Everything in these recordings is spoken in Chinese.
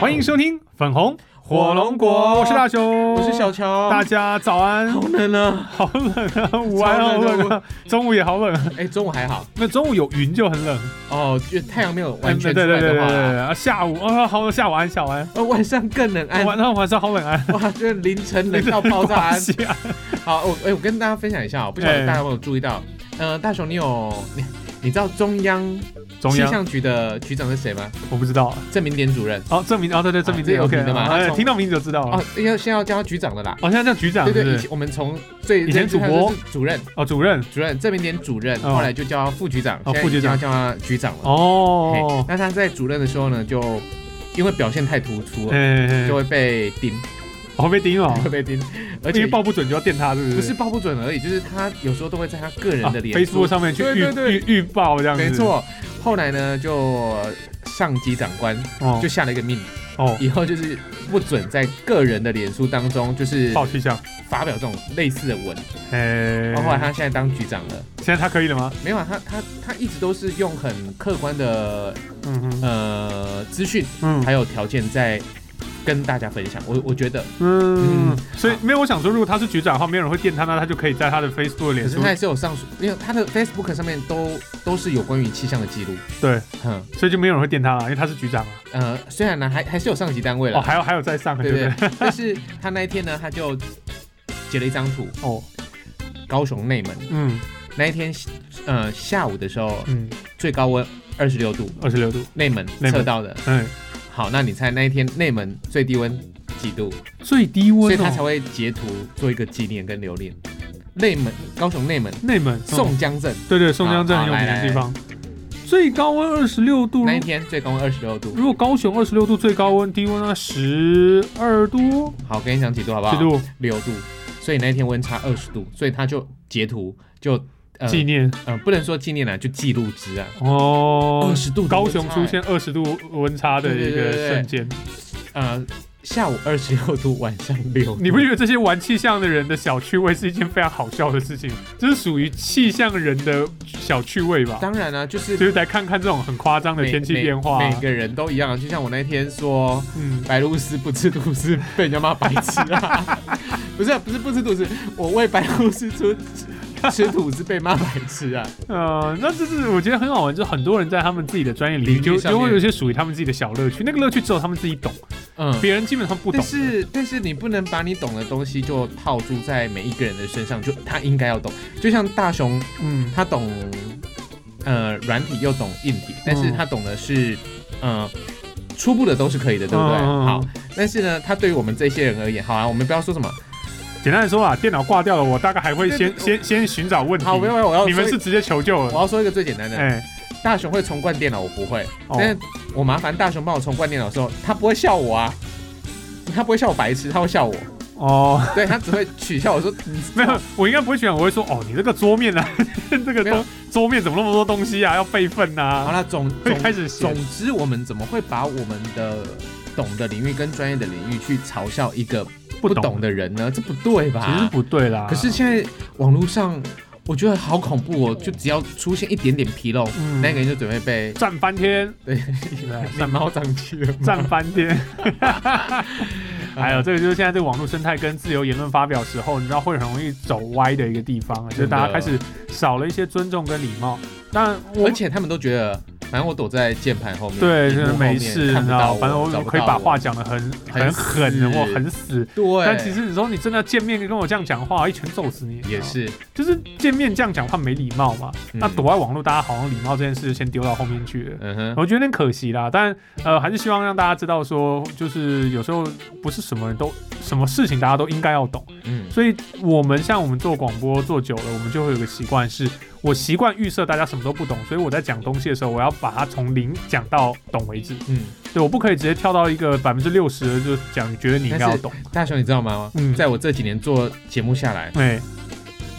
欢迎收听粉红火龙果我是大雄，我是小乔，大家早安，好冷啊！好冷啊，午安好冷啊，中午也好冷啊，哎，中午还好那中午有云就很冷，哎哦，就太阳没有完全出对来对对的对话对对，啦，啊下午啊好下午安下午安，呃，晚上更冷安，晚上晚上好冷啊，哇，就是凌晨冷到爆 炸安。西安，好，我哎，我跟大家分享一下哦，不晓哎得大家有没有注意到，呃，大雄，你有你你知道中央中气央象局的局长是谁吗？我不知道，郑明典主任。哦证明哦对对证明这有 OK，名的嘛啊他哎从听到名字就知道了哦，，要先要叫他局长的啦。哦现在叫局长是对不对，以是？前我们从最以前主播最开始是主任，哦主任主任郑明典主任，哦后来就叫他副局长，哦现在副局已长经要叫他局长了。嘿哦，那他在主任的时候呢，就因为表现太突出了，哎就会被盯， 我被盯哦，会被盯，而因且为报不准就要电他是不是？不是报不准而已，就是他有时候都会在他个人啊的脸书，Facebook 上面去对预对对预预报这样子，没，错。后来呢，就上级长官哦就下了一个命，哦，以后就是不准在个人的脸书当中就是报气象，发表这种类似的文。哎，哦然后后来他现在当局长了，现在他可以了吗？没有啊，他他他一直都是用很客观的嗯哼呃资讯嗯还有条件在跟大家分享。我我觉得。嗯嗯，所以没有，我想说，如果他是局长的话，没有人会电他，那他就可以在他的 Facebook 可脸是书他，也是有上述，因为他的 Facebook 上面都都是有关于气象的记录。对，嗯所以就没有人会电他了，因为他是局长啊。呃，虽然呢还还是有上级单位哦，了，还有还有在上，对对不不对？对？ 但是他那一天呢，他就截了一张图，哦，高雄内门嗯那一天，呃下午的时候嗯，最高温二十六度，二十六度，内门内门测到的。嗯，好，那你猜那一天内门最低温几度？最低温所以他才哦，会截图做一个纪念跟留念。内门，高雄内门内蒙哦宋江镇对对，宋江镇好很有名来的来地方，最高温二十六度那。一天最高温二十六度。如果高雄二十六度最高温，低温呢十二度，好，跟你讲几度好不好？几度六度，所以那一天温差二十度，所以他就截图就呃纪念呃不能说纪念啦，就记录值啊，哦二。十度的高温雄差出欸现二十度温差的一对个对对对瞬间，呃下午二十六度，晚上六度，你不觉得这些玩气象的人的小趣味是一件非常好笑的事情？嗯这是属于气象人的小趣味吧？当然啊，就是就是来看看这种很夸张的每天气变化每啊、每个人都一样啊，就像我那天说嗯，白鹭鸶不吃吐司，被人家骂白痴啊， 不是啊不是不吃吐司，我喂白鹭鸶吃吃吐司被骂白痴啊，呃，那这是我觉得很好玩，就是很多人在他们自己的专业领域领域就上就面会有一些属于他们自己的小乐趣，那个乐趣只有他们自己懂，嗯。别人基本上不懂但。是但是你不能把你懂的东西就套住在每一个人的身上，就他应该要懂。就像大雄，嗯，他懂呃软体又懂硬体，但嗯是他懂的是呃初步的都是可以的，对不对？嗯嗯嗯好，但是呢，他对于我们这些人而言，好啊，我们不要说什么，简单来说啊，电脑挂掉了，我大概还会对先对先先寻找问题。好，没有没有，我要嗯你们说是直接求救我了。要说一个最简单的，哎、大雄会重灌电脑，我不会，哦但是我麻烦大雄帮我重灌电脑的时候，他不会笑我啊。他不会笑我白痴，他会笑我，哦，对他只会取笑我说 你没有，我应该不会选，我会说哦，你这个桌面啊， 这个没有桌桌面怎么那么多东西啊，要备份呐、好了，总会总开始总嫌之，我们怎么会把我们的懂的领域跟专业的领域去嘲笑一个不懂，的人呢？这不对其实吧？不对啊啦。可是现在网络上，我觉得好恐怖哦！就只要出现一点点纰漏，嗯那个人就准备被站翻天，对站你猫上去了吗。站翻天。还有这个就是现在这个网络生态跟自由言论发表时候，你知道会很容易走歪的一个地方，就是大家开始少了一些尊重跟礼貌。当然我 而且他们都觉得，反正我躲在键盘后面，对，屏幕是后面没事，你看知不道，到反正找我不可以到把我话讲的很很很死狠，我很死。对，但其实你说你真的见面跟我这样讲话，一拳揍死你。也是。是就是见面这样讲话没礼貌嘛。嗯那躲在网络，大家好像礼貌这件事先丢到后面去了。嗯哼，我觉得有点可惜啦，但呃，还是希望让大家知道说，就是有时候不是什么人都什么事情大家都应该要懂。嗯所以我们像我们做广播做久了，我们就会有个习惯是，我习惯预设大家什么都不懂，所以我在讲东西的时候，我要把它从零讲到懂为止。嗯，对，我不可以直接跳到一个百分之六十就讲你觉得你应该要懂。大雄，你知道吗？嗯在我这几年做节目下来，哎、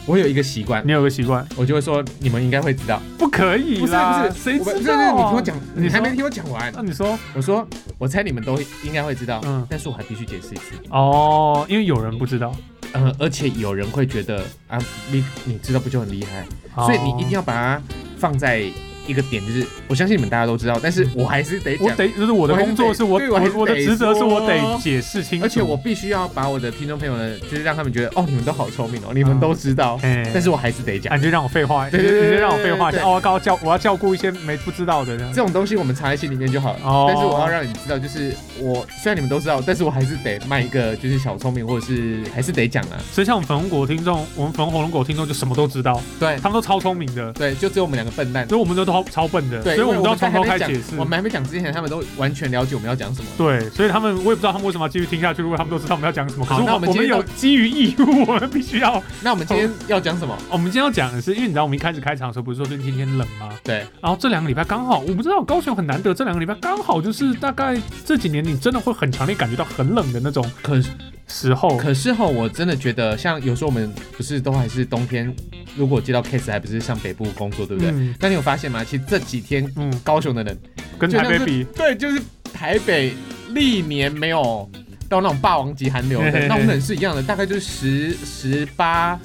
我有一个习惯，你有个习惯，我就会说你们应该会知道。不可以不是啦，不是，谁我们知对道、对啊？对你听我讲，你你还说没听我讲完那、。你说，我说，我猜你们都应该会知道，嗯，但是我还必须解释一次。哦，因为有人不知道，呃，而且有人哦会觉得啊，你你知道不就很厉害？所以你一定要要把它放在一个点，就是我相信你们大家都知道，但是我还是得我讲，得就是我的工作是我对我还是得我的职责是我说得解释清楚，而且我必须要把我的听众朋友们，就是让他们觉得哦，你们都好聪明哦，你们都知道，哎，但是我还是得讲啊。你就让我废话，对你就对对你就让我废话一下，对对对哦，我要照我要照顾一些没不知道的人这。种东西我们藏在心里面就好了。哦但是我要让你知道，就是我虽然你们都知道，但是我还是得卖一个就是小聪明，或者是还是得讲啊。所以像我们粉红果听众，我们粉红狗听众就什么都知道，对他们都超聪明的，对，就只有我们两个笨蛋。所以我们都超超笨的，所对，以我们都要从头因为开我们还始没解讲释我。们还没讲之前，他们都完全了解我们要讲什么。对，所以他们我也不知道他们为什么要继续听下去，如果他们都知道我们要讲什么，可好是那我我们们我们今天有基于义务，我们必须要。那我们今天要 讲什么？哦我们今天要讲的是，因为你知道我们一开始开场的时候不是说最近天天冷吗？对，然后这两个礼拜刚好，我不知道高雄很难得，这两个礼拜刚好就是大概这几年你真的会很强烈感觉到很冷的那种可是时候。可是哈，我真的觉得，像有时候我们不是都还是冬天，如果接到 case 还不是上北部工作，对不对？嗯那你有发现吗？其实这几天嗯，高雄的人，跟就台像北是比，对，就是台北历年没有到那种霸王级寒流的，那我们冷是一样的，大概就是十十八，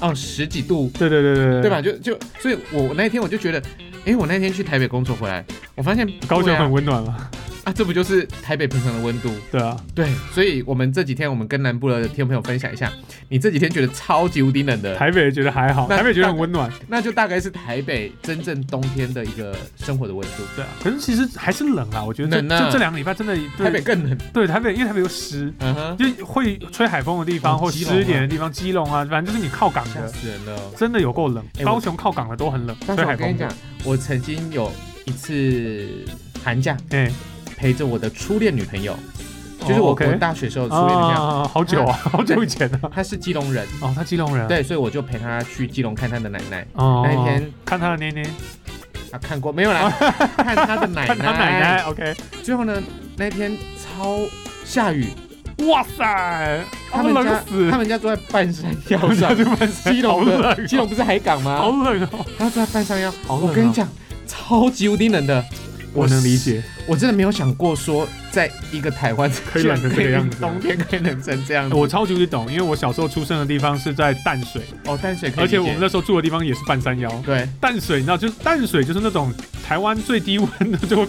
嗯，十几度，对对对对对吧？？就就，所以我那一天我就觉得，诶，我那天去台北工作回来，我发现高雄对很啊温暖嘛，啊，这不就是台北平常的温度？对啊，对，所以我们这几天我们跟南部的听众朋友分享一下，你这几天觉得超级无敌冷的，啊台北觉得还好，那台北觉得很温暖，那就大概是台北真正冬天的一个生活的温度。对啊。可是其实还是冷啊，我觉得这冷啊这这两个礼拜真的对台北更冷，对台北，因为台北有湿，嗯哼，就是会吹海风的地方哦或基隆啊湿一点的地方，基隆啊，反正就是你靠港吓的，死人了。真的有够冷。哎我高雄靠港的都很冷，但吹是海我跟风你讲的。， 我曾经有一次寒假哎，陪着我的初恋女朋友，就是哦我，OK 我大学时候的哎初恋女朋友，啊，好久啊，好久以前啊。她是基隆人，啊哦，他基隆人。。对，所以我就陪她去基隆看她的奶奶。哦。那一天看他的捏捏，啊，看过没有 啦？看她的奶看他奶奶。OK。最后呢，那天超下雨，哇塞，他他们们家哦冷死他。们家住在半山腰上。就半身基隆好冷的哦，基隆不是海港吗？好冷哦。他住在半山腰，好冷哦我跟你讲，超级无敌冷的。我能理，解，我真的没有想过说，在一个台湾 可以冷成这个样子冬天可以冷成这样子。我超级无敌懂，因为我小时候出生的地方是在淡水，哦，淡水而可以理解，且我们那时候住的地方也是半山腰。对淡水你知道，就是淡水就是那种台湾最低温的，就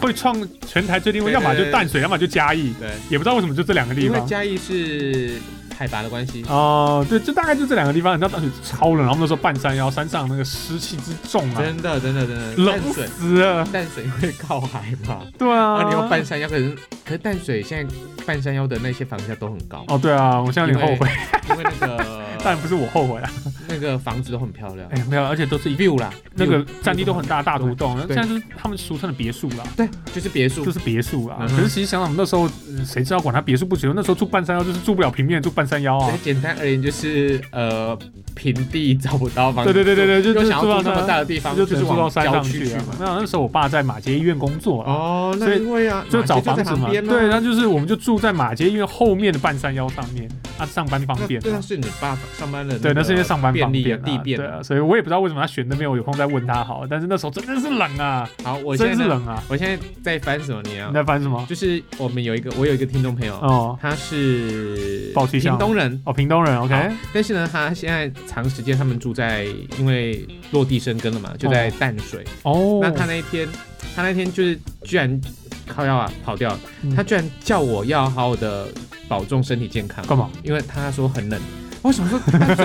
会创全台最低温，对要么对就淡水，要么就嘉义，对，也不知道为什么就这两个地因为方。嘉义是海拔的关系，哦，对，就大概就这两个地方，你知道淡水超冷，然后我们那时候半山腰，山上那个湿气之重啊，真的真的真的冷淡水。死了。淡水会靠海嘛？对啊，啊，你要半山腰，可是可是淡水现在半山腰的那些房价都很高，哦，对啊，我现在有点后悔， 因为那个但不是我后悔啊，那个房子都很漂亮哎，没有，而且都是一，view 啦，那个 view 占地都很大，大独栋，对现在就是他们俗称的别墅啦，对，就是别墅就，是别墅啦。嗯哼可是其实想想，我们那时候呃谁知道管他别墅不别墅？那时候住半山腰就是住不了平面，住半山腰啊对，。简单而言就是呃，平地找不到房子对住，对对对对，就又就想住要到住那么那，大的地方，就只是能住到往山郊上区去啊嘛。。那那时候我爸在马街医院工作啊，哦，所那以因为啊，就找房马子街就在嘛旁。边啊对，，那就是我们就住在马街医院后面的半山腰上面，啊，上班方那便对啊，啊。是你爸上班的个对，那是因为上班方便利啊便啊地便对啊，所以我也不知道为什么他选那边，我有空再问他好了。但是那时候真的是冷啊，好，我现真在是呢冷啊！我现在在翻什么你啊你？在翻什么？就是我们有一个，我有一个听众朋友，哦他是爆气屏象东人，哦，屏东人，OK，但是呢，他现在长时间他们住在，因为落地生根了嘛，就在淡水。哦，那他那一天，他那天就是居然靠要啊跑掉了，嗯他居然叫我要好好的保重身体健康，干嘛？因为他说很冷。嗯我想 说淡水，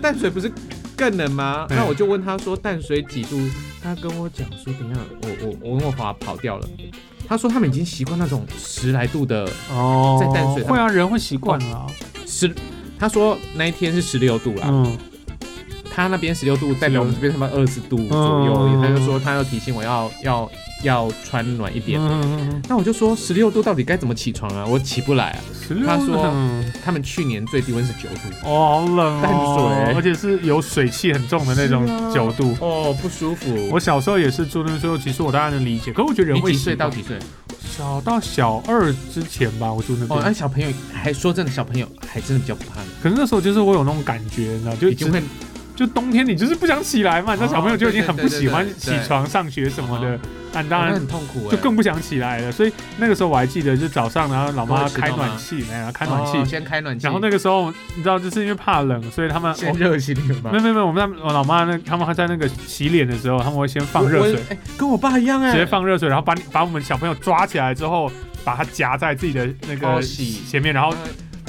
淡水不是更冷吗？嗯那我就问他说淡水几度，他跟我讲说等一下我我我问我华跑掉了，他说他们已经习惯那种十来度的哦，在淡水上会啊，人会习惯啊。十，他说那一天是十六度啦，嗯，他那边十六度，哦代表我们这边他妈二十度左右，嗯他就说他要提醒我要要要穿暖一点。嗯，那我就说十六度到底该怎么起床啊？我起不来啊。十六，他说嗯他们去年最低温是九度，哦，好冷哦，淡水而且是有水汽很重的那种是啊角度。哦，不舒服。我小时候也是住那时候，其实我当然能理解，可是我觉得人你会几习岁惯到几岁？小到小二之前吧，我住那哦，那边。小朋友还说真的，小朋友还真的比较不怕冷，可是那时候就是我有那种感觉，你知道，就已经会就冬天你就是不想起来嘛，你知道哦小朋友就已经很不喜欢对对对对起对床上学什么的，啊，你当然那很痛苦哎、就更不想起来了。所以那个时候我还记得，就早上然后老妈都会迟到开吗暖气，没有开暖哦气，先开暖气，然后那个时候你知道，就是因为怕冷，所以他们先热起来我吧没。有没有没有，我们他们我老妈那他们还在那个洗脸的时候，他们会先放热我水，，哎、跟我爸一样哎、直接放热水，然后把你把我们小朋友抓起来之后，把它夹在自己的那个哦洗前面，然后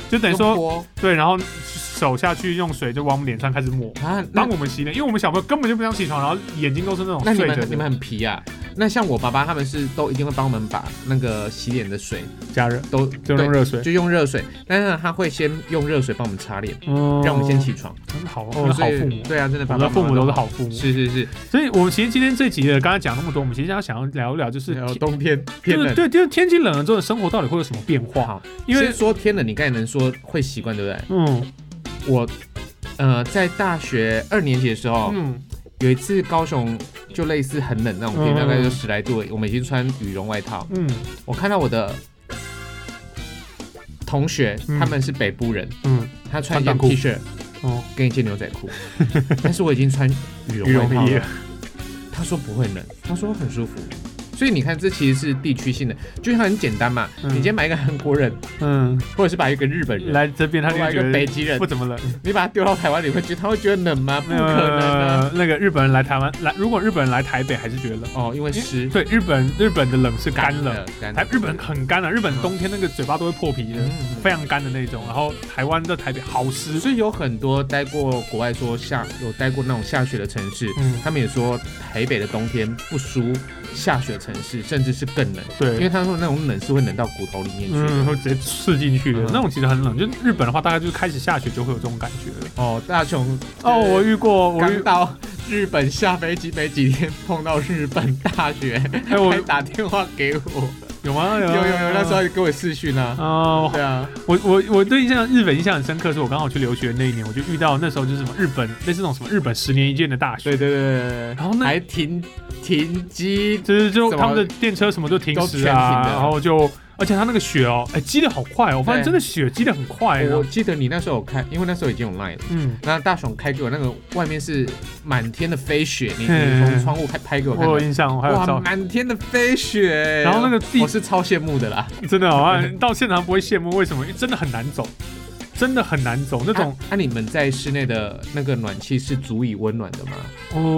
就等于呃用说锅对，然后手下去用水就往我们脸上开始抹，啊，那帮我们洗脸，因为我们小朋友根本就不想起床，然后眼睛都是那种那你睡着们你们的。很皮啊。那像我爸爸他们是都一定会帮我们把那个洗脸的水加热都就用对热水，就用热水，但是他会先用热水帮我们擦脸，嗯让我们先，起床。真好，哦很好所以父母。对啊，真的我爸们爸的父母妈妈都是好父母，是是是，所以我们其实今天这集的刚才讲那么多，我们其实要想要聊一聊，就是然后天冬天就天是冷，对，就是天气冷了之后的生活到底会有什么变化？好，因为先说天冷，你刚才能说会习惯对不对？嗯我呃在大学二年级的时候，嗯，有一次高雄就类似很冷那种嗯天，嗯大概就十来度而已，我们已经穿羽绒外套。嗯我看到我的同学，嗯他们是北部人，嗯，他穿穿一短裤件 T 恤哦，跟一件牛仔裤，但是我已经穿羽羽绒绒外套衣了。他说不会冷，他说很舒服。所以你看，这其实是地区性的，就像很简单嘛。嗯你今天买一个韩国人，嗯，或者是把一个日本人，来这边他或就把一觉个北得极人不，怎么冷。你把他丢到台湾，你会觉得他会觉得冷 吗？不可能啊！呃，那个日本人来台湾来，如果日本人来台北还是觉得冷。哦，因为湿对，日本日本的冷是干冷，的，干台的日本很干啊，日本冬天那个嘴巴都会破皮的，嗯非常干的那种。然后台湾的台北好湿，所以有很多待过国外说下有待过那种下雪的城市，嗯，他们也说台北的冬天不输下雪城市，甚至是更冷，因对，为他说那种冷是会冷到骨头里面去的。嗯，会直接刺进去的嗯那种，其实很冷。就日本的话，大概就是开始下雪就会有这种感觉了。哦，大雄哦，我遇过，我遇刚，到日本下飞机没几天，碰到日本大学，哎，我还打电话给我，有吗？有有啊有有，那时候还给我视讯啊。哦，对啊，我我我对印象日本印象很深刻，是我刚好去留学那一年，我就遇到那时候就是什么日本类似那种什么日本十年一见的大学，对对对对对然后那还停停机，就是就怎么他们的电车什么都停都驶全啊，停的然后就而且他那个雪哦，哎积的好快哦，我发现对哎真的雪积的很快我呢。记得你那时候有开，因为那时候已经有 line 了。嗯，那大爽开给我那个外面是满天的飞雪，你嗯你从窗户拍拍给我我看有到，印象，我还有哇，照，满天的飞雪。然后那个地我是超羡慕的啦， 真 的好像到现场不会羡慕，为什么？因为真的很难走，真的很难走那那种。啊，你们在室内的那个暖气是足以温暖的吗？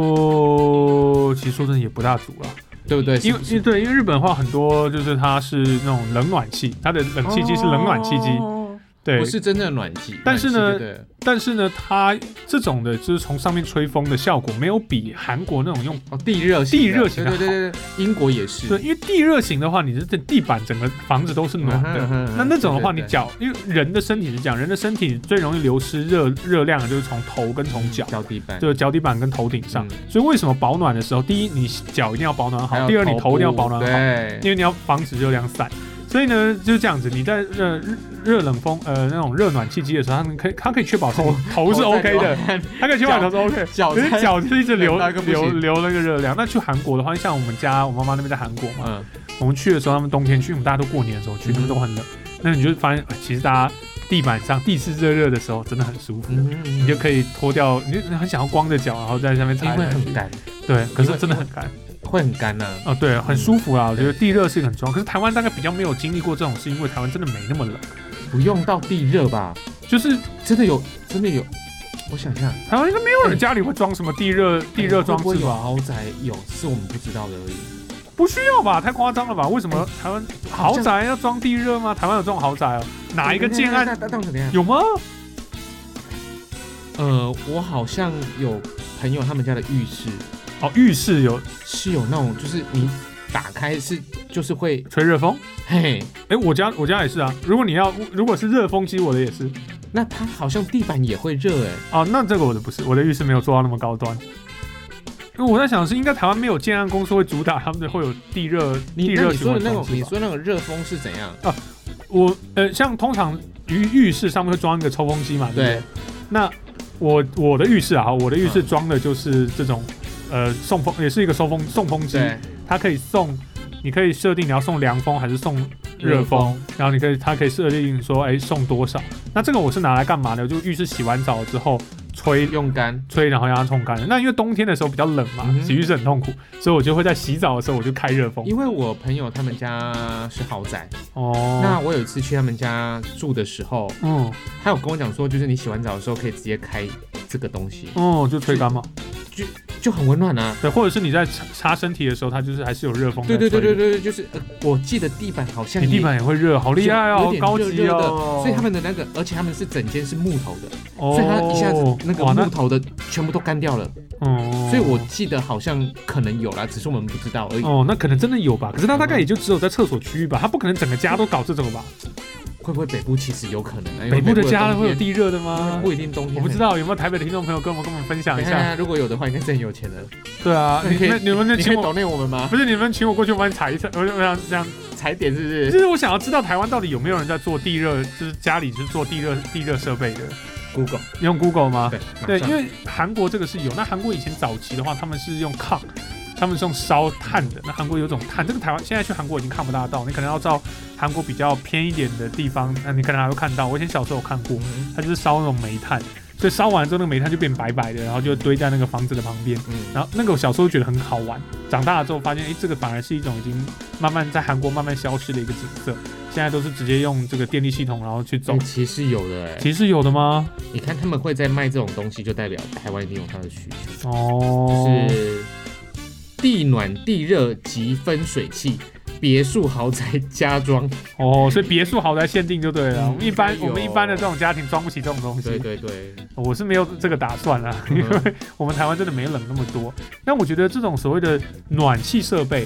哦，其实说真的也不大足啊，对不对？因为因是为对，因为日本的话很多就是它是那种冷暖气，它的冷气机是冷暖气机，哦对，不是真正的暖气。但是呢暖气就对了但是呢，它这种的就是从上面吹风的效果，没有比韩国那种用哦，地热型的地热型的对对对对，对英国也是。对，因为地热型的话，你是这地板整个房子都是暖啊的。嗯那那种的话，你脚脚，因为人的身体是这样，人的身体最容易流失热热量的啊就是从头跟从脚，脚底板，就是脚底板跟头顶上。嗯所以为什么保暖的时候，第一你脚一定要保暖还有好，第二你头一定要保暖部好。对，因为你要防止热量散。所以呢，就是这样子。你在热热热冷风呃那种热暖气机的时候，它能可以它可以确保是你头是 OK 的，的， 它可以确保头是 OK。脚可是在，脚就是一直流 冷到一个不流行流那个热量。那去韩国的话，像我们家我妈妈那边在韩国嘛，嗯，我们去的时候，他们冬天去，我们大家都过年的时候去，嗯他们都很冷。那你就发现，哎其实大家地板上地是热热的时候，真的很舒服。嗯你就可以脱掉，你就很想要光着脚，然后在下面因踩为来踩去。很干，对，可是因为真的很干。会很干呐、哦，对，很舒服啦，我觉得地热是一个很重要。可是台湾大概比较没有经历过这种事，因为台湾真的没那么冷。不用到地热吧？就是真的有，真的有，我想想，台湾应该没有人家里会装什么地热、地热装哎会置不会有吧？豪宅有，是我们不知道的而已。不需要吧？太夸张了吧？为什么台湾好豪像宅要装地热吗？台湾有这种豪宅哦？哪一个建案那？那那那等一下有吗？呃，我好像有朋友他们家的浴室哦，浴室有是有那种，就是你打开是就是会，吹热风。嘿，哎，我家我家也是啊。如果你要，如果是热风机，我的也是。那它好像地板也会热哎、哦，那这个我的不是，我的浴室没有做到那么高端。因为我在想的是，应该台湾没有建案公司会主打他们的会有地热、你地那热你循说的环那装种，置你吧。说那种热风是怎样？我呃，像通常浴浴室上面会装一个抽风机嘛，对不对？对，嗯那我我的浴室啊，我的浴室装的就是这种，呃，送风也是一个收风送风机，对，它可以送，你可以设定你要送凉风还是送热风，，然后你可以它可以设定说，哎，送多少。那这个我是拿来干嘛呢？就浴室洗完澡之后。吹用干，吹，然后让它冲干了。那因为冬天的时候比较冷嘛嗯，哼洗浴室很痛苦，所以我就会在洗澡的时候我就开热风。因为我朋友他们家是豪宅，那哦，我有一次去他们家住的时候，嗯他有跟我讲说，就是你洗完澡的时候可以直接开这个东西，哦，就吹干嘛。就很温暖啊。对，或者是你在擦擦身体的时候，它就是还是有热风。对对对对，对，对就是、呃、我记得哎地板好像你也地板也会热，好厉害哦，有点高热级热的哦。所以他们的那个，而且他们是整间是木头的，哦，所以它一下子那个哇木头的全部都干掉了。哦，所以我记得好像可能有啦，只是我们不知道而已。哦，那可能真的有吧，可是它大嗯概也就只有在厕所区域吧，它不可能整个家都搞这种吧？会不会北部其实有可能啊？因北为部的冬家会有天地热的吗？不一定冬天，我不知。道有没有台北的听众朋友跟我们跟我们分享等一一下。下，如果有的话，应该是很有钱的。对啊，那你可以们你们能你可请以我？懂内我们 吗？不是你们请我过去帮你踩一踩，我就我想这样，踩点是不？就是是我想要知道台湾到底有没有人在做地热，就是家里是做地热地热设备的。 Google 你用 Google 吗？啊对对，马上因为韩国这个是有。那韩国以前早期的话，他们是用炕，他们是用烧炭的。那韩国有种炭，这个台湾现在去韩国已经看不大到，你可能要到韩国比较偏一点的地方，那你可能还会看到。我以前小时候有看过，嗯它就是烧那种煤炭，所以烧完之后那个煤炭就变白白的，然后就堆在那个房子的旁边。嗯，然后那个我小时候觉得很好玩，长大了之后发现，诶，这个反而是一种已经慢慢在韩国慢慢消失的一个景色。现在都是直接用这个电力系统，然后去走总。其实有的哎、其实有的吗？你看他们会在卖这种东西，就代表台湾一定有它的需求，哦，就是地暖地热及分水器。别墅、豪宅、家装，哦，所以别墅豪宅限定就对了。嗯我们一般哎呦我们一般的这种家庭装不起这种东对西，对对，我是没有这个打算 啦，嗯因为我们台湾真的没冷那么多。但我觉得这种所谓的暖气设备。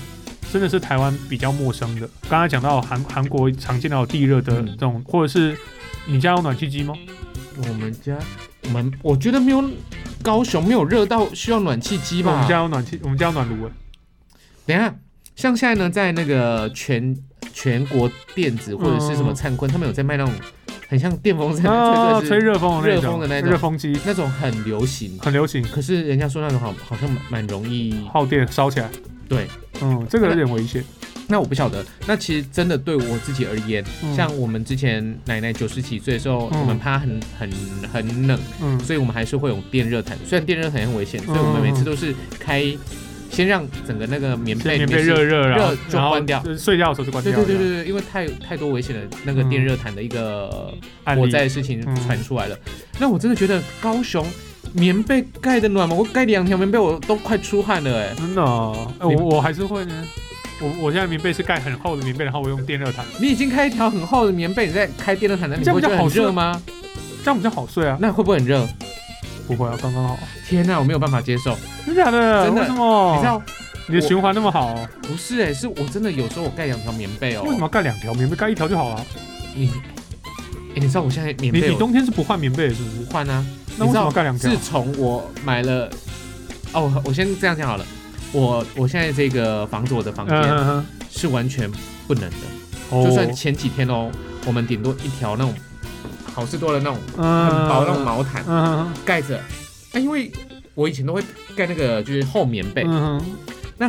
真的是台湾比较陌生的。刚才讲到韩韩国常见到地热的嗯这种，或者是你家有暖气机吗？我们家，我们我觉得没有高雄没有热到需要暖气机我吧们？家有暖气，我们家有暖 炉。啊等一下，像现在呢，在那个全全国电子或者是什么灿坤，他们有在卖那种很像电风扇，啊，吹吹热风的那热风的那种热风机那种很流行。很流行，可是人家说那种好好像蛮蛮容易，耗电烧起来。对。嗯，这个有点危险。那我不晓得。那其实真的对我自己而言，嗯像我们之前奶奶九十几岁的时候，嗯我们怕很很很冷，嗯，所以我们还是会有电热毯。虽然电热毯很危险，所以我们每次都是开，先让整个那个棉被棉被里面热是热，然后热就然后关掉就是睡觉的时候就关对掉。对对这样对对，因为太太多危险的那个电热毯的一个嗯案例火灾的事情嗯传出来了。那我真的觉得高雄棉被盖的暖吗？我盖两条棉被我都快出汗了哎、真的哦、哎你我我还是会呢。我我现在棉被是盖很厚的棉被，然后我用电热毯，你已经开一条很厚的棉被，你再开电热毯，那你这样会比觉较得好很睡热吗？这样比较好睡啊。那会不会很热？不会啊，刚刚好。天哪、我没有办法接受。真假的？真的为什么？你知道，你的循环那么好，不是哎、是我真的有时候我盖两条棉被哦、为什么要盖两条棉被？盖一条就好了。你、哎你知道我现在棉你被你有冬天是不换棉被的是不是？换啊？那为什么要盖两条自？从我买了，哦，我先这样讲好了。我我现在这个房子，我的房嗯间、嗯嗯是完全不能的。哦就算前几天哦，我们顶多一条那种好事多的那种很嗯薄那种毛毯嗯嗯盖着。哎，因为我以前都会盖那个就是厚棉被，嗯嗯那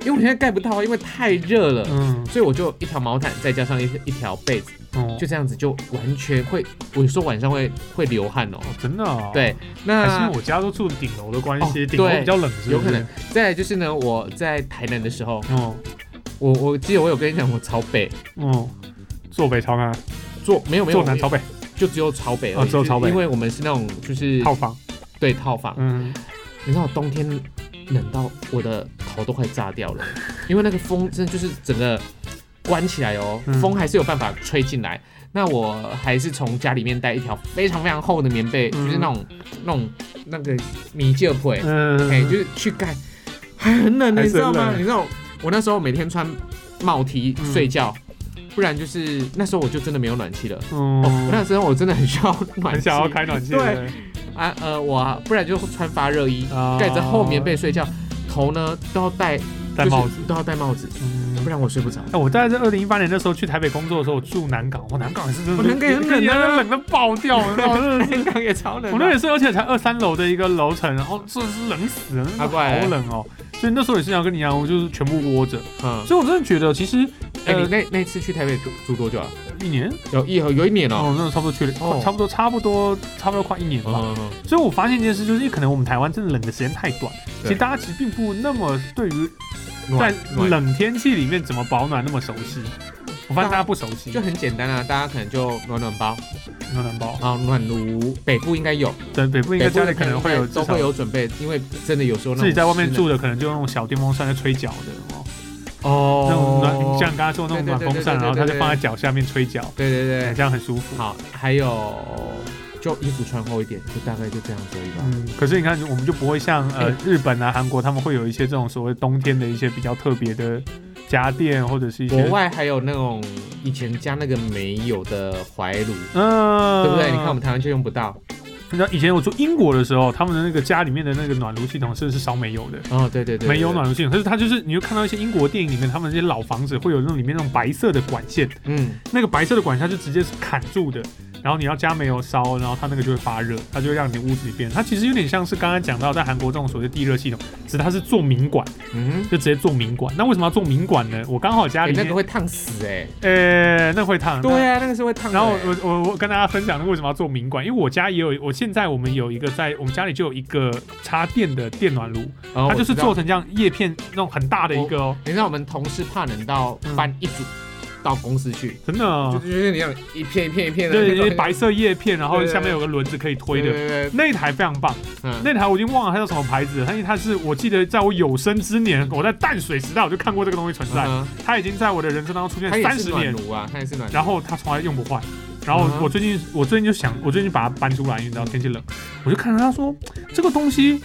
因为我现在盖不到啊，因为太热了。嗯所以我就一条毛毯，再加上一一条被子，嗯，就这样子，就完全会，我有时候晚上会会流汗哦。哦真的啊。对，还是因那为我家都住顶楼的关系，哦顶楼对比较冷，是不是有可能。。再来就是呢，我在台南的时候，哦我我记得我有跟你讲，我朝北哦，坐北朝南，坐没有没有坐南朝北，就只有朝北而哦已，只有朝北就是因为我们是那种就是套房。对套房，嗯，你知道冬天冷到我的头都快炸掉了，因为那个风真的就是整个关起来哦，嗯风还是有办法吹进来。那我还是从家里面带一条非常非常厚的棉被，嗯就是那种那种那个米介被，嗯，哎、就是去盖，还很冷的，还你是知道很吗？冷你知道我那时候每天穿帽 T 嗯睡觉，不然就是那时候我就真的没有暖气了。嗯，哦，那时候我真的很需要 暖很气想要开暖气，对啊，呃，我啊不然就穿发热衣，啊盖着厚棉被睡觉，头呢都要戴戴帽子就。是都要戴帽子，不嗯，然我睡不着。哎，我大概在二零一八年那时候去台北工作的时候，我住南港，我南港也是真的，我南港也很冷啊那冷的爆掉，你知 道吗？真的是香港也超冷我那也啊是，而且才二三楼的一个楼层，然后真的是冷死了，那啊个怪欸好冷哦。所以那时候也是想跟你一样，我就是全部窝着。嗯，所以我真的觉得，其实哎，呃你那那次去台北住住多久啊？一年有一有一年哦，哦，那差不多去了，哦差不多差不多差不多快一年吧。嗯嗯所以我发现一件事，就是可能我们台湾真的冷的时间太短，其实对大家其实并不那么对于嗯在暖暖冷天气里面怎么保暖那么熟悉。我发现大家不熟悉，就很简单啊，大家可能就暖暖包暖暖包，啊、暖炉，北部应该有，对北部应该北部家里可能会有都至少会有准备，因为真的有时候那自己在外面种住的，可能就用那种小电风扇在吹脚的哦，湿冷哦，那种暖，像你刚才说的那种对暖对对风扇，对对然后它对就对放在脚下面吹脚，对对这对，样很舒服。好，还有就衣服穿厚一点，就大概就这样子而已吧。嗯，可是你看，我们就不会像呃哎日本啊、韩国，他们会有一些这种所谓冬天的一些比较特别的家电，或者是一些国外还有那种以前家那个没有的怀炉，嗯，对不对？你看我们台湾就用不到。你知道以前我住英国的时候，他们的那个家里面的那个暖炉系统是是烧煤油的，哦，对对对，对煤油暖，炉系统。可是它就是，你就看到一些英国电影里面，他们那些老房子会有那种里面那种白色的管线，嗯，那个白色的管线它就直接是砍住的，然后你要加煤油烧，然后它那个就会发热，它就会让你屋子里变。它其实有点像是刚刚讲到在韩国这种所谓的地热系统，只是它是做明管，嗯，就直接做明管。那为什么要做明管呢？我刚好家哎里那面个，会烫死哎。呃、那会烫，对啊，那个是会烫的。然后我我我跟大家分享为什么要做明管，因为我家也有，我现在我们有一个在我们家里就有一个插电的电暖炉，哦它就是。做我知道成这样叶片那种很大的一个哦，你知道我们同事怕冷到搬一组到公司去，真的哦就，就是你那种一片一片一片的，对，那一种些白色叶片，然后对对对下面有个轮子可以推对的。对对，对那一台非常棒，嗯，那台我已经忘了它叫什么牌子了，但是它是我记得在我有生之年，我在淡水时代我就看过这个东西存在，嗯哼它已经在我的人生当中出现它也啊三是十暖年，炉啊，它也是暖炉。然后它从来用不坏。然后嗯我最近我最近就想，我最近把它搬出来，因为你知道天气冷，我就看着他说这个东西。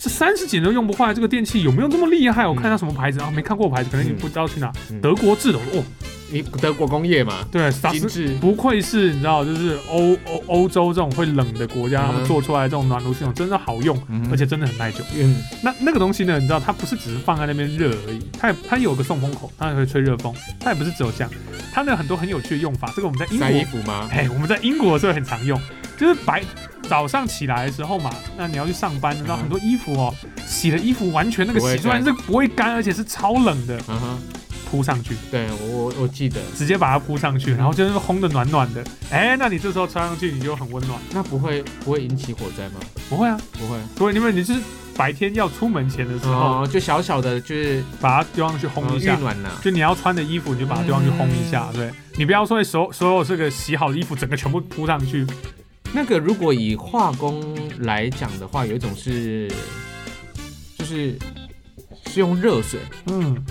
这三十几年都用不坏，这个电器有没有这么厉害？我看它什么牌子啊？没看过牌子，可能你嗯不知道去哪。嗯德国制的，我说哦，你德国工业嘛，对，啥精致，不愧是你知道，就是欧欧欧洲这种会冷的国家，嗯他们做出来的这种暖炉系统真的好用，嗯而且真的很耐久。嗯，那那个东西呢，你知道它不是只是放在那边热而已，它也它有个送风口，它也会吹热风，它也不是只有这样，它呢很多很有趣的用法。这个我们在英晒国衣服吗？哎，我们在英国的时候很常用，就是白早上起来的时候嘛，那你要去上班，你知道嗯很多衣服哦，洗了衣服完全那个不会洗出来干是不会干，而且是超冷的，嗯哼，铺上去，对我我我记得，直接把它铺上去，嗯然后就是烘的暖暖的，哎，那你这时候穿上去你就很温暖，那不会不会引起火灾吗？不会啊，不会，不会，因为你就是白天要出门前的时候，哦，就小小的，就是把它丢上去呃烘一预下。暖呐。就你要穿的衣服，你就把它丢上去烘一嗯下，对你不要说所所有这个洗好的衣服整个全部铺上去，那个如果以化工来讲的话，有一种是，就是是用热水，嗯，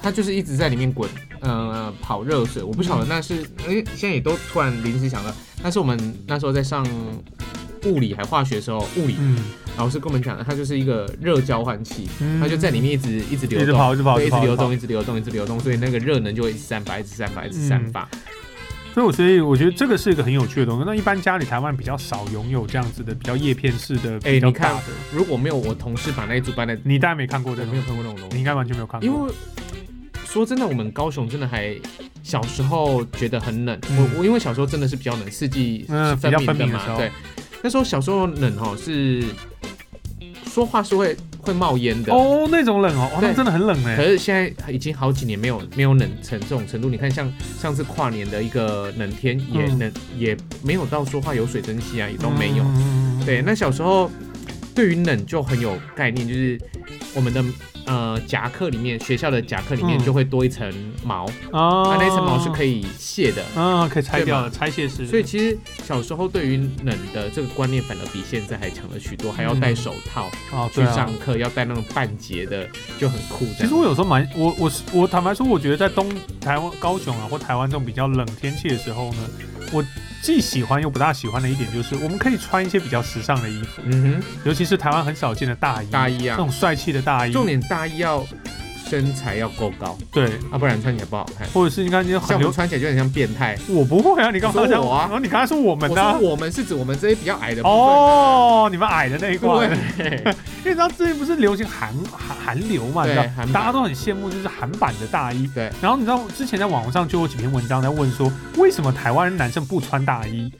它就是一直在里面滚，呃，跑热水。我不晓得嗯那是，因为现在也都突然临时想到，那是我们那时候在上物理还化学的时候，物理嗯老师跟我们讲，它就是一个热交换器，嗯，它就在里面一直一直一流直动。跑，一直跑，对，一直跑流跑动，一直流动，一直流动，所以那个热能就会一直散发，一直散发，一直嗯散发。所以，我所以我觉得这个是一个很有趣的东西。那一般家里台湾比较少拥有这样子的比较叶片式的，哎比较你看大的。如果没有我同事把那一组搬来，你大概没看过我这个没，有看过那种东你西。应该完全没有看过。因为说真的，我们高雄真的还小时候觉得很冷，嗯我我因为小时候真的是比较冷，四季嗯是分比较分明明的的嘛，时候对。那时候小时候冷哦，是说话是会会冒烟的。哦，那种冷哦，哦，那对真的很冷可哎。是现在已经好几年没有没有冷成这种程度，你看像上次跨年的一个冷天，也嗯冷、也没有到说话有水蒸气啊，也都没有。嗯对，那小时候对于冷就很有概念，就是我们的呃夹克里面，学校的夹克里面嗯就会多一层毛，啊啊，那一层毛是以，可以卸的。啊，可以拆对掉嘛的，拆卸式。所以其实小时候对于冷的这个观念反而比现在还强了许多，还要戴手套哦，去对啊上。课，要戴那种半截的，就很酷这样。其实我有时候蛮，我我是我坦白说，我觉得在东台湾、高雄啊，或台湾这种比较冷天气的时候呢，我既喜欢又不大喜欢的一点就是，我们可以穿一些比较时尚的衣服，嗯哼，尤其是台湾很少见的大衣，大衣那啊，种帅气的大衣，重点大衣要身材要够高，啊对，要不然穿起来不好看。或者是你看你像很我啊流们，穿起来就很像变态。我不会啊，你干嘛你讲说我啊然后你刚才说我们我呢、说我们是指我们这些比较矮的部分。哦，你们矮的那一挂，因为对，你知道最近不是流行韩韩韩流嘛，你对知道韩，版大家都很羡慕就是韩版的大衣。对。然后你知道之前在网络上就有几篇文章在问说，为什么台湾男生不穿大衣？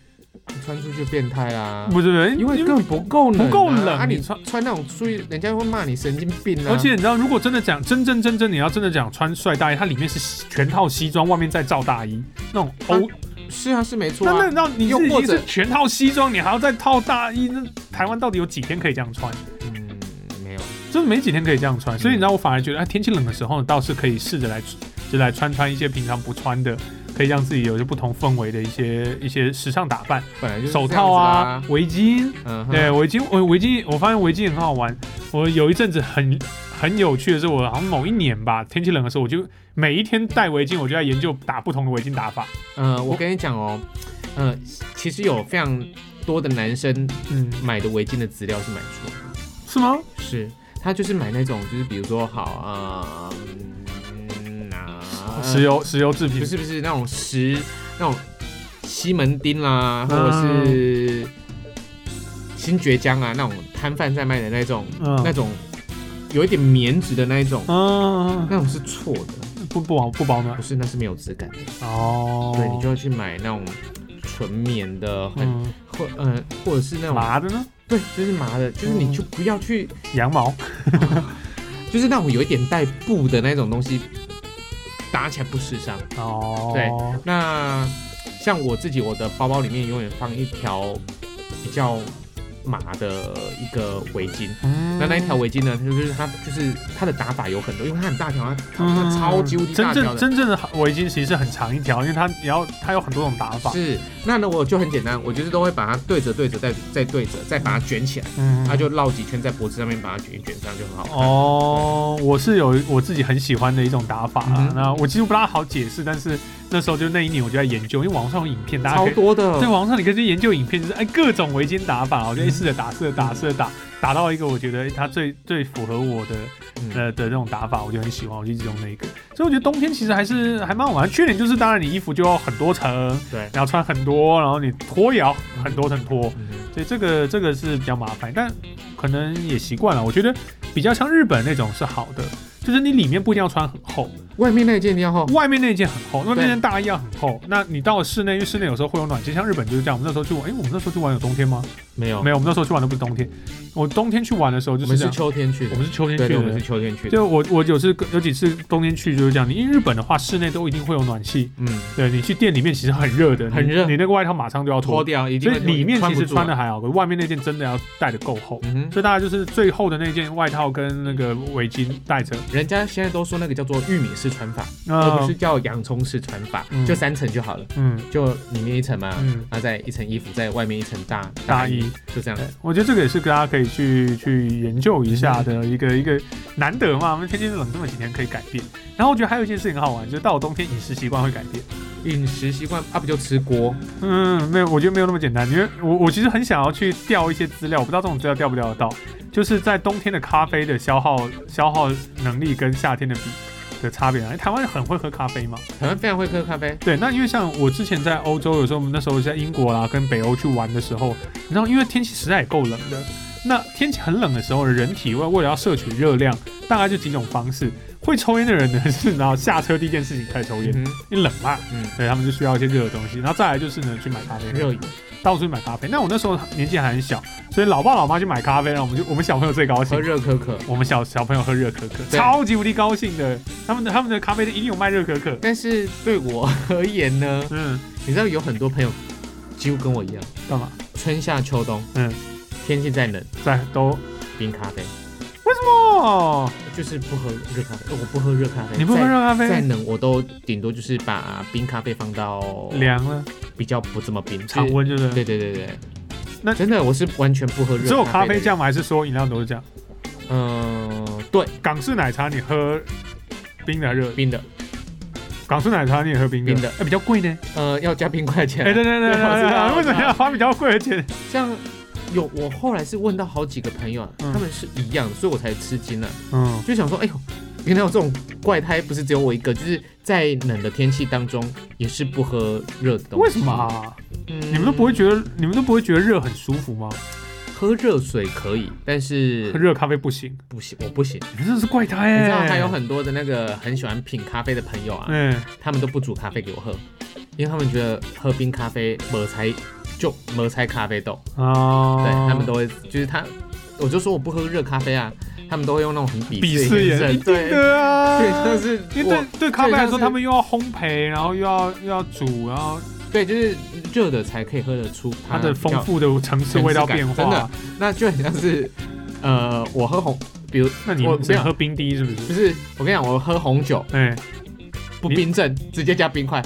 穿出去变态啦，不是不是，啊因为根本不够冷啊、不够冷啊！你你穿穿穿那种出去，人家会骂你神经病啊！而且你知道，如果真的讲真真真真，你要真的讲穿帅大衣，它里面是西全套西装，外面再罩大衣，那种它欧。是啊，是没错那那你啊知。道你又是已或经者是全套西装，你还要再套大衣，那台湾到底有几天可以这样穿？嗯，没有，真的没几天可以这样穿。所以你知嗯道，我反而觉得，哎，天气冷的时候倒是可以试着来，就来穿穿一些平常不穿的，可以让自己有一些不同氛围的一些一些时尚打扮，本来就是手套啊，围巾，这样子啦，嗯哼，对，围巾，我围巾，我发现围巾很好玩。我有一阵子很很有趣的是，我好像某一年吧，天气冷的时候，我就每一天戴围巾，我就在研究打不同的围巾打法。呃，我跟你讲哦，呃，其实有非常多的男生嗯，买的围巾的资料是买错的，是吗？是他就是买那种，就是比如说好啊，嗯啊石油石油制品不是不是那种石那种西门町啦，或者啊是新爵江啊那种摊贩在卖的那种、嗯那种有一点棉质的那一种，嗯，那种是错的，不不保不保暖不是那是没有质感的，哦。对你就要去买那种纯棉的，很、嗯，或呃或者是那种麻的呢？对就是麻的，就是你嗯就不要去，羊毛就是那种有一点带布的那种东西，搭起来不时尚。哦，对那像我自己，我的包包里面永远放一条比较麻的一个围巾。嗯那那一条围巾呢，它就是它就是它的打法有很多，因为它很大条，它它嗯超级无敌真大条正的。真正的围巾其实是很长一条，因为它也要它有很多种打法。是，那呢我就很简单，我就是都会把它对折对折再再对折，再把它卷起来，嗯，它就绕几圈在脖子上面把它卷一卷，这样就很好看。哦，我是有我自己很喜欢的一种打法嗯啊哼。那我其实不大好解释，但是那时候就那一年我就在研究，因为网络上有影片，大家超可以多在的，网上你可以去研究影片，就是哎各种围巾打法，我就哎试着打，试着打，试着打，打到一个我觉得哎它最最符合我的嗯，呃的这种打法，我就很喜欢，我就一直用那个。所以我觉得冬天其实还是还蛮好玩。缺点就是，当然你衣服就要很多层，对然后穿很多，然后你脱也要很多层脱，嗯哼所以这个这个是比较麻烦，但可能也习惯了。我觉得比较像日本那种是好的，就是你里面不一定要穿很厚，外面那一件一定要厚，外面那件很厚，因为对那件大衣要很厚。那你到了室内，因为室内有时候会有暖气，像日本就是这样。我们那时候去玩，哎，我们那时候去玩有冬天吗？没有没有，有，我们那时候去玩的不是冬天。我冬天去玩的时候就哦我是们这是样，秋天去我的，们是秋天对去对，我的们是。秋天去的，就我我有次有几次冬天去就是这样，你因为日本的话室内都一定会有暖气，嗯。对你去店里面其实很热的，你很热哦你那个外套马上就要脱脱掉，一定所以会脱里面其实不住啊穿的还好，可是外面那件真的要带的够厚。嗯哼，所以大家就是最厚的那件外套跟那个围巾带着，人家现在都说那个叫做玉米式穿法，而不嗯是叫洋葱式穿法，嗯就三层就好了，嗯就里面一层嘛，嗯，然后再一层衣服，在外面一层大大衣，衣。就这样对。，我觉得这个也是大家可以去去研究一下的一个一个难得嘛，我们天气冷这么几天可以改变。然后我觉得还有一件事情很好玩，就是到了冬天饮食习惯会改变。饮食习惯啊，不就吃锅？嗯，没有，我觉得没有那么简单，因为我我其实很想要去调一些资料，我不知道这种资料调不调得到，就是在冬天的咖啡的消耗消耗能力跟夏天的比的差别啊。因为台湾人很会喝咖啡嘛，台湾非常会喝咖啡，对，那因为像我之前在欧洲，有时候我们那时候在英国啦，跟北欧去玩的时候，你知道，因为天气实在也够冷的。那天气很冷的时候，人体为为了要摄取热量，大概就几种方式。会抽烟的人呢，是然后下车第一件事情开始抽烟，嗯因为冷嘛，嗯，对他们就需要一些热的东西。然后再来就是呢，去买咖啡喝，热饮到处去买咖啡。那我那时候年纪还很小，所以老爸老妈去买咖啡，然后我们就我们小朋友最高喝兴。热可可。我们小小朋友喝热可可，对超级无敌高兴的。他们的他们的咖啡店一定有卖热可可。但是对我而言呢，嗯，你知道有很多朋友几乎跟我一样，干嘛？春夏秋冬，嗯，天气再冷，在都冰咖啡哦，就是不喝热咖啡，我不喝热咖啡，你不喝再热咖再啡？冷我都顶多就是把冰咖啡放到凉了，比较不这么冰，常就是温就是。对对对对，那真的我是完全不喝热。只有咖啡酱，酱吗？还是说饮料都是这样？嗯、对，港式奶茶你喝冰的还是热的？冰的，港式奶茶你也喝冰的？冰的哎，比较贵呢。呃，要加冰块钱。哎，对对对对对我知道我知对，道为什么要花比较贵的钱？像有我后来是问到好几个朋友啊，嗯他们是一样的，所以我才吃惊了，嗯，就想说，哎呦。原来有这种怪胎，不是只有我一个，就是在冷的天气当中也是不喝热的东西。为什么啊？嗯你们都不会觉得你们都不会觉得热很舒服吗？喝热水可以，但是喝热咖啡不行，不行，我不行。你们真的是怪胎哎。你知道还有很多的那个很喜欢品咖啡的朋友啊，嗯他们都不煮咖啡给我喝，因为他们觉得喝冰咖啡我才就摩猜咖啡豆，哦，对他们都会，就是他，我就说我不喝热咖啡啊，他们都会用那种很鄙鄙视视的眼眼，一神，定对，的啊，对，但是因为我对对咖啡来说，对但是他们又要烘焙，然后又要又要煮，然后对，就是热的才可以喝得出它的丰比较富的层次、味道变化。真的，那就很像是，呃，我喝红，比如那你我想没有喝冰滴是不不是？是我跟你讲，我喝红酒哎，不你冰镇，直接加冰块，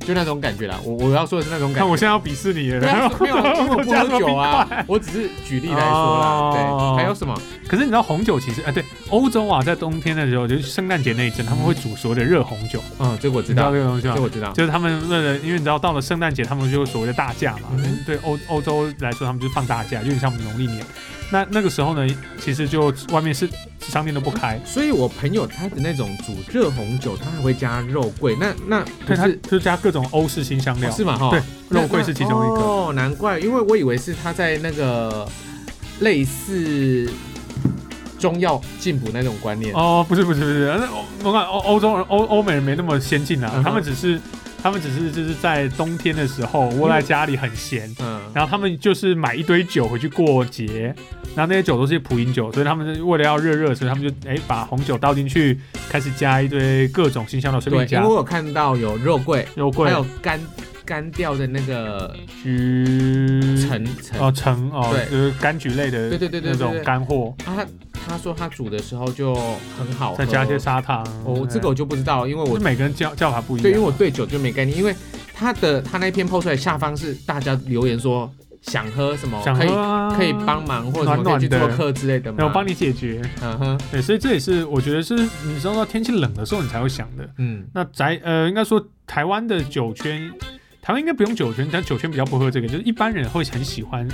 就那种感觉啦。我我要说的是那种感看觉。我现在要鄙视你 了。对啊， 没有，因为我不加什喝么酒冰啊块，我只是举例来说啦。哦对，还有什么？可是你知道红酒其实，哎，对，欧洲啊，在冬天的时候，就是圣诞节那一阵，他们会煮所谓的热红酒，嗯，这个我嗯知你知道道这，个东西吗这？我知道。就是他们为了，因为你知道到了圣诞节，他们就所谓的大假嘛。嗯对欧欧洲来说，他们就是放大假，有点像我们农历年。那那个时候呢，其实就外面是商店都不开，所以我朋友他的那种煮热红酒，他还会加肉桂，那那对，可它是就加各种欧式新香料哦，是吗？哈，对肉桂是其中一个。哦，难怪，因为我以为是他在那个类似中药进补那种观念。哦，不是不是不是，那欧我看欧欧洲人欧欧美人没那么先进啊嗯，哼他们只是他们只是就是在冬天的时候窝在家里很闲，嗯，然后他们就是买一堆酒回去过节，然后那些酒都是普饮酒，所以他们是为了要热热，所以他们就哎把红酒倒进去，开始加一堆各种新香料，随对，便因加为我有看到有肉桂，肉还桂、有干干掉的那个橘橙橙。哦橙哦，对就是柑橘类的对对对对对那种对干货，啊，他他说他煮的时候就很好喝。再加一些嗯砂糖。哦，这个我就不知道，因为我我每个人叫叫法不一样。对，因为我对酒就没概念，因为他的他那篇 PO 出来下方是大家留言说想喝什么，想可以喝啊可以帮，忙或者什么暖可以去暖的做客之类的那我吗？帮你解决。嗯哼，对，所以这也是我觉得是你知道天气冷的时候你才会想的。嗯，那宅呃，应该说台湾的酒圈，台湾应该不用酒圈，但酒圈比较不喝这个，就是一般人会很喜欢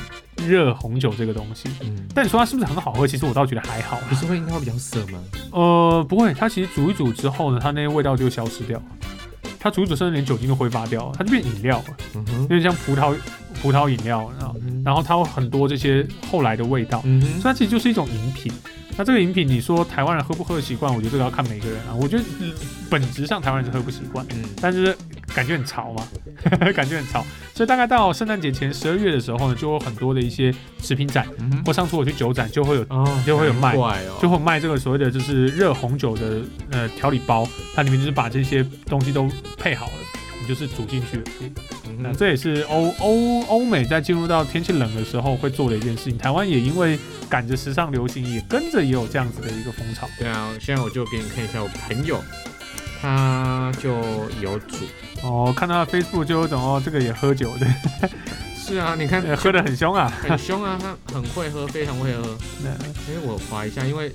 热红酒这个东西。嗯，但你说它是不是很好喝？其实我倒觉得还好啦不。是会应该会比较涩吗？呃，不会，它其实煮一煮之后呢，它那些味道就消失掉了。它煮一煮，甚至连酒精都挥发掉了，它就变饮料了，嗯哼有，点像葡萄葡萄饮料，然后嗯然后它有很多这些后来的味道。嗯所以哼，它其实就是一种饮品。那这个饮品，你说台湾人喝不喝的习惯，我觉得这个要看每个人啊。我觉得呃本质上台湾人是喝不习惯，嗯，但是感觉很潮嘛， 感觉很潮。所以大概到圣诞节前十二月的时候呢，就有很多的一些食品展，嗯哼，或上次我去酒展就会有。哦就会有卖难怪哦，就会卖这个所谓的就是热红酒的呃调理包，它里面就是把这些东西都配好了，你就是煮进去了。嗯那哼这也是欧欧欧美在进入到天气冷的时候会做的一件事情。台湾也因为赶着时尚流行，也跟着也有这样子的一个风潮。对啊，现在我就给你看一下我朋友，他就有煮，哦，看到他 Facebook 就有种哦，这个也喝酒的，是啊，你看对喝得很凶啊。很凶啊，他很会喝，非常会喝。对哎，我划一下，因为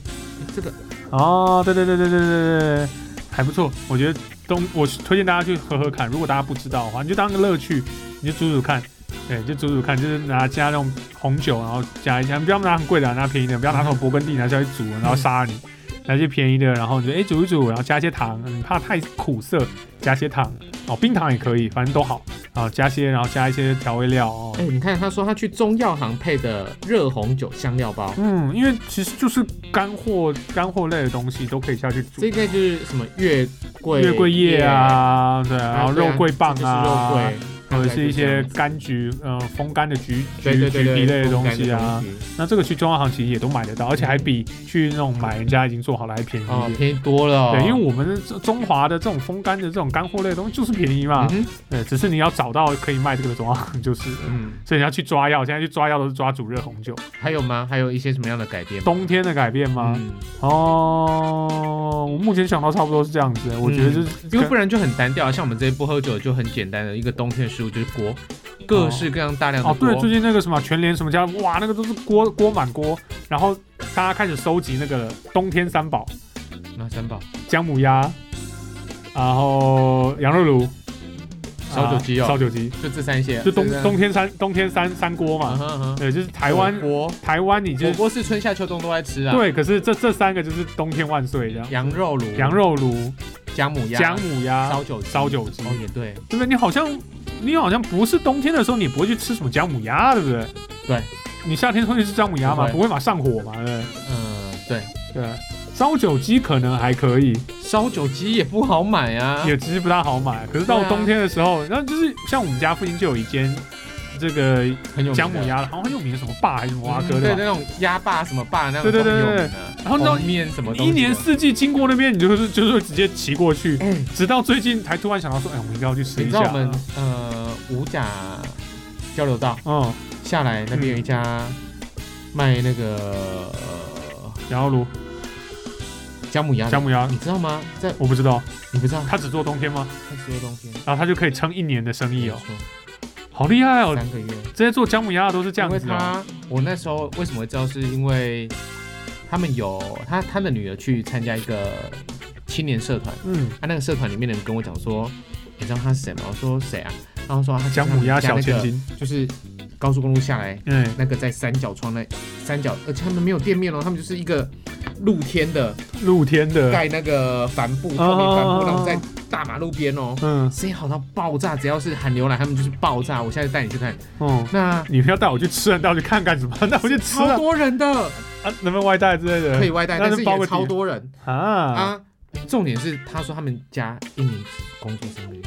这个哦，对对对对对对对，还不错。我觉得东，我推荐大家去喝喝看。如果大家不知道的话，你就当个乐趣，你就煮煮看。对，就煮煮看，就是拿加那种红酒，然后加一下，不要拿很贵的啊，拿便宜的，不要拿那种勃艮第拿下去煮，然后杀你， 拿一些便宜的，然后你就哎煮一煮，然后加些糖，你怕太苦涩，加些糖哦，冰糖也可以，反正都好啊，加些，然后加一些调味料哦哎、，你看他说他去中药行配的热红酒香料包，嗯，因为其实就是干货干货类的东西都可以下去煮这，应该就是什么月桂月桂叶，啊，对，啊然后对肉桂棒这啊，就是肉桂，或者是一些看柑橘，呃，风干的橘起来橘就这橘样皮对对对对类的东西烘啊干。的东西那这个去中央行其实也都买得到，而且还比去那种买人家已经做好了还便宜哦一，点。便宜多了、哦。嗯对，因为我们的中中华的这种风干的这种干货类的东西就是便宜嘛，嗯哼对，只是你要找到可以卖这个的中央行就是了，嗯，所以你要去抓药，现在去抓药都是抓煮热红酒。还有吗？还有一些什么样的改变吗？冬天的改变吗？嗯，哦，我目前想到差不多是这样子，我觉得就是因为不然就很单调。像我们这一不喝酒就很简单的一个冬天的食物就是锅，各式各样大量的哦，锅。对，最近那个什么全联什么家，哇，那个都是锅锅满锅，然后大家开始收集那个冬天三宝：那三宝姜母鸭，然后羊肉炉、烧酒鸡哦啊烧酒鸡，就这三些，就冬这三冬天三冬天三三锅嗯嘛。哼嗯哼对，就是台湾火锅，台湾，你就火是锅是春夏秋冬都在吃啊。，对，可是这这三个就是冬天万岁这样。羊肉炉、羊肉炉、姜母鸭、姜母鸭烧、酒鸡烧酒鸡，哦，也对，对不对？你好像你好像不是冬天的时候，你不会去吃什么姜母鸭，对不对？对，你夏天会去吃姜母鸭吗？不会不会嘛，上火嘛，对不对？嗯，对，对，烧酒鸡可能还可以，烧酒鸡也不好买啊。也其实不大好买。可是到对啊冬天的时候，然后就是像我们家附近就有一间这个很有名的姜母鸭了，好像很有名，什么爸还是什么蛙哥的嗯对吧。那种鸭霸什么霸那种对对对都很有对名的然后你知道红面什么东西一的年四季经过那边，你就是就是直接骑过去，嗯直到最近才突然想到说，哎，我们应该要去吃一你知道我下。们呃五甲交流道嗯，下来那边有一家卖那个呃然后卤姜母鸭的，姜母鸭，你知道吗？在我不知道，你不知道他只做冬天吗？他说冬天然后他就可以撑一年的生意哦，没错嗯好厉害哦！三个月，这些做姜母鸭的都是这样因为子哦。他我那时候为什么会知道，是因为他们有他他的女儿去参加一个青年社团，啊嗯，他、那个社团里面的人跟我讲说，你知道他是谁吗？我说谁啊？然后说啊他姜母鸭小千千金，就是高速公路下来嗯，那个在三角窗那三角，而且他们没有店面哦，他们就是一个露天的露天的，盖那个帆布透明帆哦布，然后在大马路边哦，嗯，生意好到爆炸，只要是喊牛奶，他们就是爆炸。我现在带你去看，哦，那你不要带我去吃，你带我去看干什么？ 带我去吃超啊，多人的，啊能不能外带之类的？可以外带，那但就是包个也底超多人啊。啊。重点是他说他们家一年只工作三个月，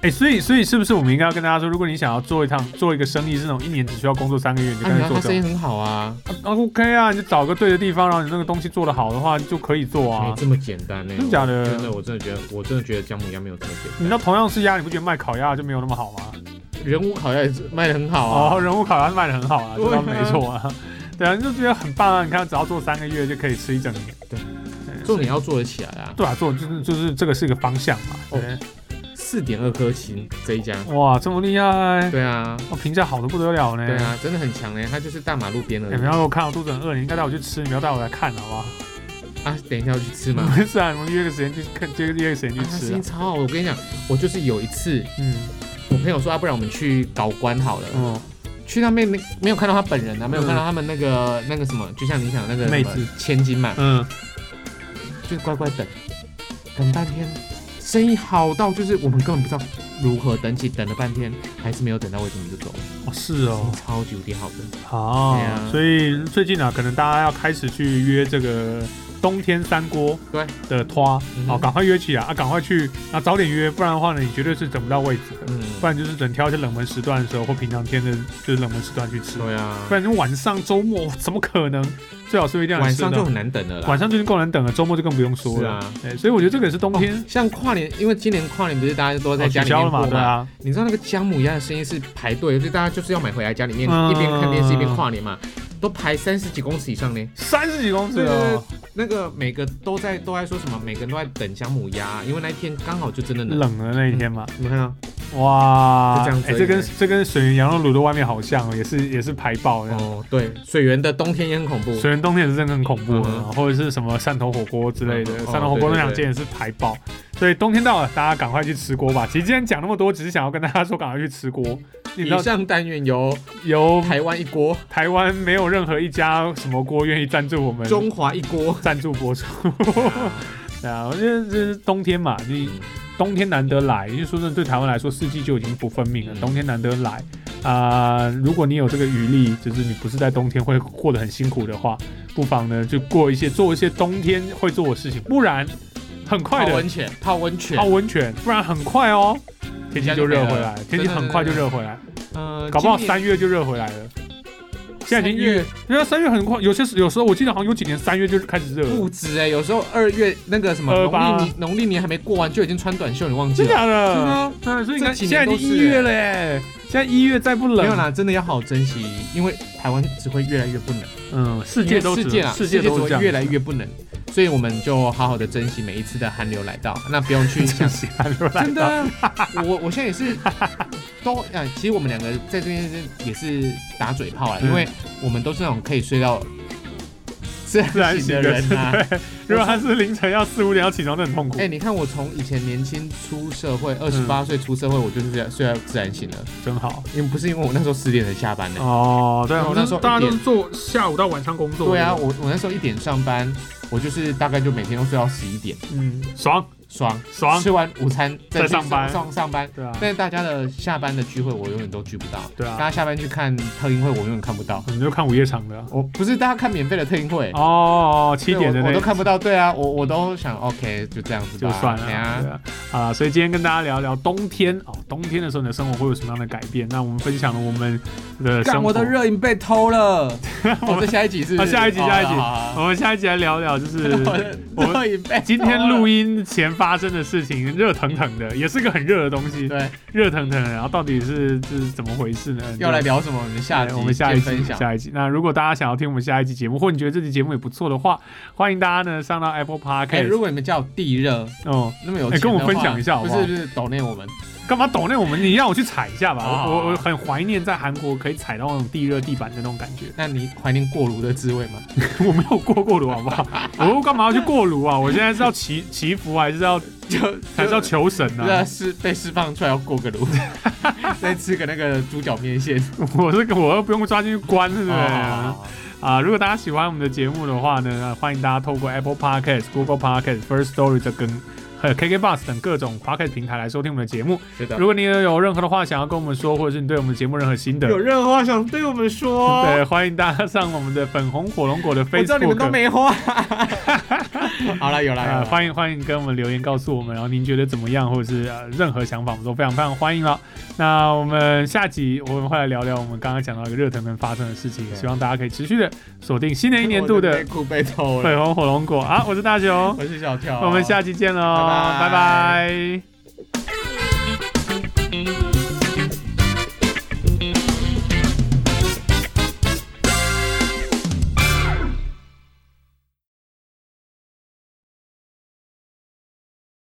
哎，所以所以是不是我们应该要跟大家说，如果你想要做一趟做一个生意，是那种一年只需要工作三个月，你就啊，你干脆看做这他生种意很好啊，啊 OK 啊，你就找个对的地方，然后你那个东西做得好的话，你就可以做没啊。这么简单呢、真假的我真的，我真的觉得，我真的觉得姜母鸭没有这么简你知道同样是鸭，你不觉得卖烤鸭就没有那么好吗？单。人物烤鸭也是卖的很好啊，哦，人物烤鸭卖的很好啊，对这啊倒没错啊。对啊，你就觉得很棒啊！你看，只要做三个月就可以吃一整年。对对，重点要做得起来啊。对啊，做就是就是这个是一个方向嘛。哦对，四点二颗星这一家，哇，这么厉害！对啊，哦，评价好的不得了呢。哎对啊，真的很强呢。它就是大马路边你的们要给我看，我肚子很饿，你应该带我去吃，你不要带我来看，好不好？啊，等一下要去吃嘛。不是啊，我们约个时间去看，约约个时间 去啊，他吃生啊、意超好，我跟你讲，我就是有一次，嗯，我朋友说，啊，不然我们去搞官好了，哦，去那边没没有看到他本人啊，没有嗯看到他们那个那个什么，就像你想的那个妹什子么千金嘛，嗯，就乖乖等，等半天，生意好到就是我们根本不知道如何登记，等了半天还是没有等到位置，我们就走了，哦，是生哦意，超级无敌好的，好对啊，所以最近啊，可能大家要开始去约这个冬天三锅对的拖，嗯好，赶快约起来啊，赶快去啊，早点约，不然的话呢，你绝对是等不到位置的，嗯，不然就是等挑一些冷门时段的时候，或平常天的就是冷门时段去吃，对啊不，然就晚上周末怎么可能？最好是一定要晚吃的上就很难等了啦。晚上就是够难等了，周末就更不用说是了。啊对，所以我觉得这个也是冬天、哦像跨年，因为今年跨年不是大家都在家取里面消过了嘛，对啊，你知道那个姜母鸭的生意是排队，就大家就是要买回来家里面、嗯一边看电视一边跨年嘛，都排三十几公尺以上呢。三十啊几公尺哦，那个每个都在都在说什么，每个人都在等姜母鸭，因为那一天刚好就真的冷。冷的那一天嘛，你们看到？哇，嗯就这样子哎而已这跟这跟水源羊肉卤的外面好像哦，也是也是排爆这样。哦，对，水源的冬天也很恐怖。水源冬天也是真的很恐怖的，啊嗯哼或者是什么汕头火锅之类的，嗯汕头火锅哦对对那两间也是排爆，所以冬天到了，大家赶快去吃锅吧。其实今天讲那么多，只是想要跟大家说赶快去吃锅。你以知道上单元 由由台湾一锅、台湾没有任何一家什么锅愿意赞助我们中华一锅。赞助播出。 对啊，我觉得这是冬天嘛，你冬天难得来，因为说真的，对台湾来说，四季就已经不分明了。嗯冬天难得来啊、如果你有这个余力，就是你不是在冬天会过得很辛苦的话，不妨呢就过一些做一些冬天会做的事情，不然很快泡的温泉，泡温泉泡。温泉，不然很快哦，天气就热回来，天天气气就没了很快就热回来，呃搞不好今三年月就热回来了。现在已经一三月，因为三月很快，有些时有时候我记得好像有几年三月就开始热了，不止哎、有时候二月那个什么二农八历年农历年还没过完就已经穿短袖，你忘记真了？的假的？真的啊嗯，所以你看，这几现年在已都经是一月嘞，现在一月再不没有冷，啦，真的要好好珍惜，因为台湾只会越来越不冷，嗯，世因为界都世是界啦，世界界只都是会这样，越来越不冷，所以我们就好好的珍惜每一次的寒流来到，那不用去想，喜欢说来真的啊，我我现在也是都啊，其实我们两个在这边也是打嘴炮啦，啊嗯因为我们都是那种可以睡到自自然然醒醒的人啊。对， 如果他是凌晨要四五点要起床，那很痛苦哎、，你看我从以前年轻出社会，二嗯十八岁出社会，我就是睡睡到自然醒了，真好。因为不是因为我那时候十点才下班的、哦，对啊，然后我们那时候大家一都点是做下午到晚上工作，啊对啊，，我我那时候一点上班，我就是大概就每天都睡到十一点，嗯，爽，爽爽吃完午餐再再去上班上上班。对啊，但是大家的下班的聚会，我永远都聚不到。对啊大家下班去看特映会，我永远看不到。你就看午夜场的啊我不是大家看免费的特映会，哦，七对点的我我那都看不到。对啊，我我都想 OK 就这样子吧就算了哎啊，对呀啊，啊，所以今天跟大家聊聊冬天哦，冬天的时候你的生活会有什么样的改变？那我们分享了我们的生干，活，我的热饮被 偷了。我在下一集是不啊是？下一集哦下一集好好好我们下一集来聊聊，就是我的我们热饮被 今天录音音前发生的事情，热腾腾的，也是个很热的东西，对，热腾腾的，然后到底是是怎么回事呢？哎要来聊什么？我们下集哎我们下一见集分享。下一集。那如果大家想要听我们下一集节目，或你觉得这期节目也不错的话，欢迎大家呢上到 Apple 哎，如 Podcast。果你们叫我地热，哦，那么有哎钱跟我的话分享一下好不不好是就是抖内我们，干嘛懂那我们？你让我去踩一下吧。好好好我我我很怀念在韩国可以踩到那种地热地板的那种感觉。 那你怀念过炉的滋味吗？我没有过过炉，好不好？ 我干嘛要去过炉啊？我现在是要祈祈福，还是要就还是要求神呢、不是释被释放出来要过个炉，再吃个那个猪脚面线， 我这个我又不用抓进去关，对不对？哦啊，如果大家喜欢我们的节目的话呢，欢迎大家透过 Apple Podcast、Google Podcast、First Story 这跟和 KK Bus 等各种 Podcast 平台来收听我们的节目。是的如。果你也有任何的话想要跟我们说，或者是你对我们节目任何 心得，有任何话想对我们说？对，欢迎大家上我们的粉红火龙果的我知道你们都 Facebook。没话。 好了，有了，有呃，了。欢迎欢迎跟我们留言告诉我们，然后您觉得怎么样，或者是、呃、任何想法，我们都非常非常欢迎了。那我们下集我们会来聊聊我们刚刚讲到一个热腾腾发生的事情，对希望大家可以持续的锁定新的一年度我的内裤被偷了。粉红火龙果。好，我是大雄，我是小跳，我们下期见喽，拜拜拜拜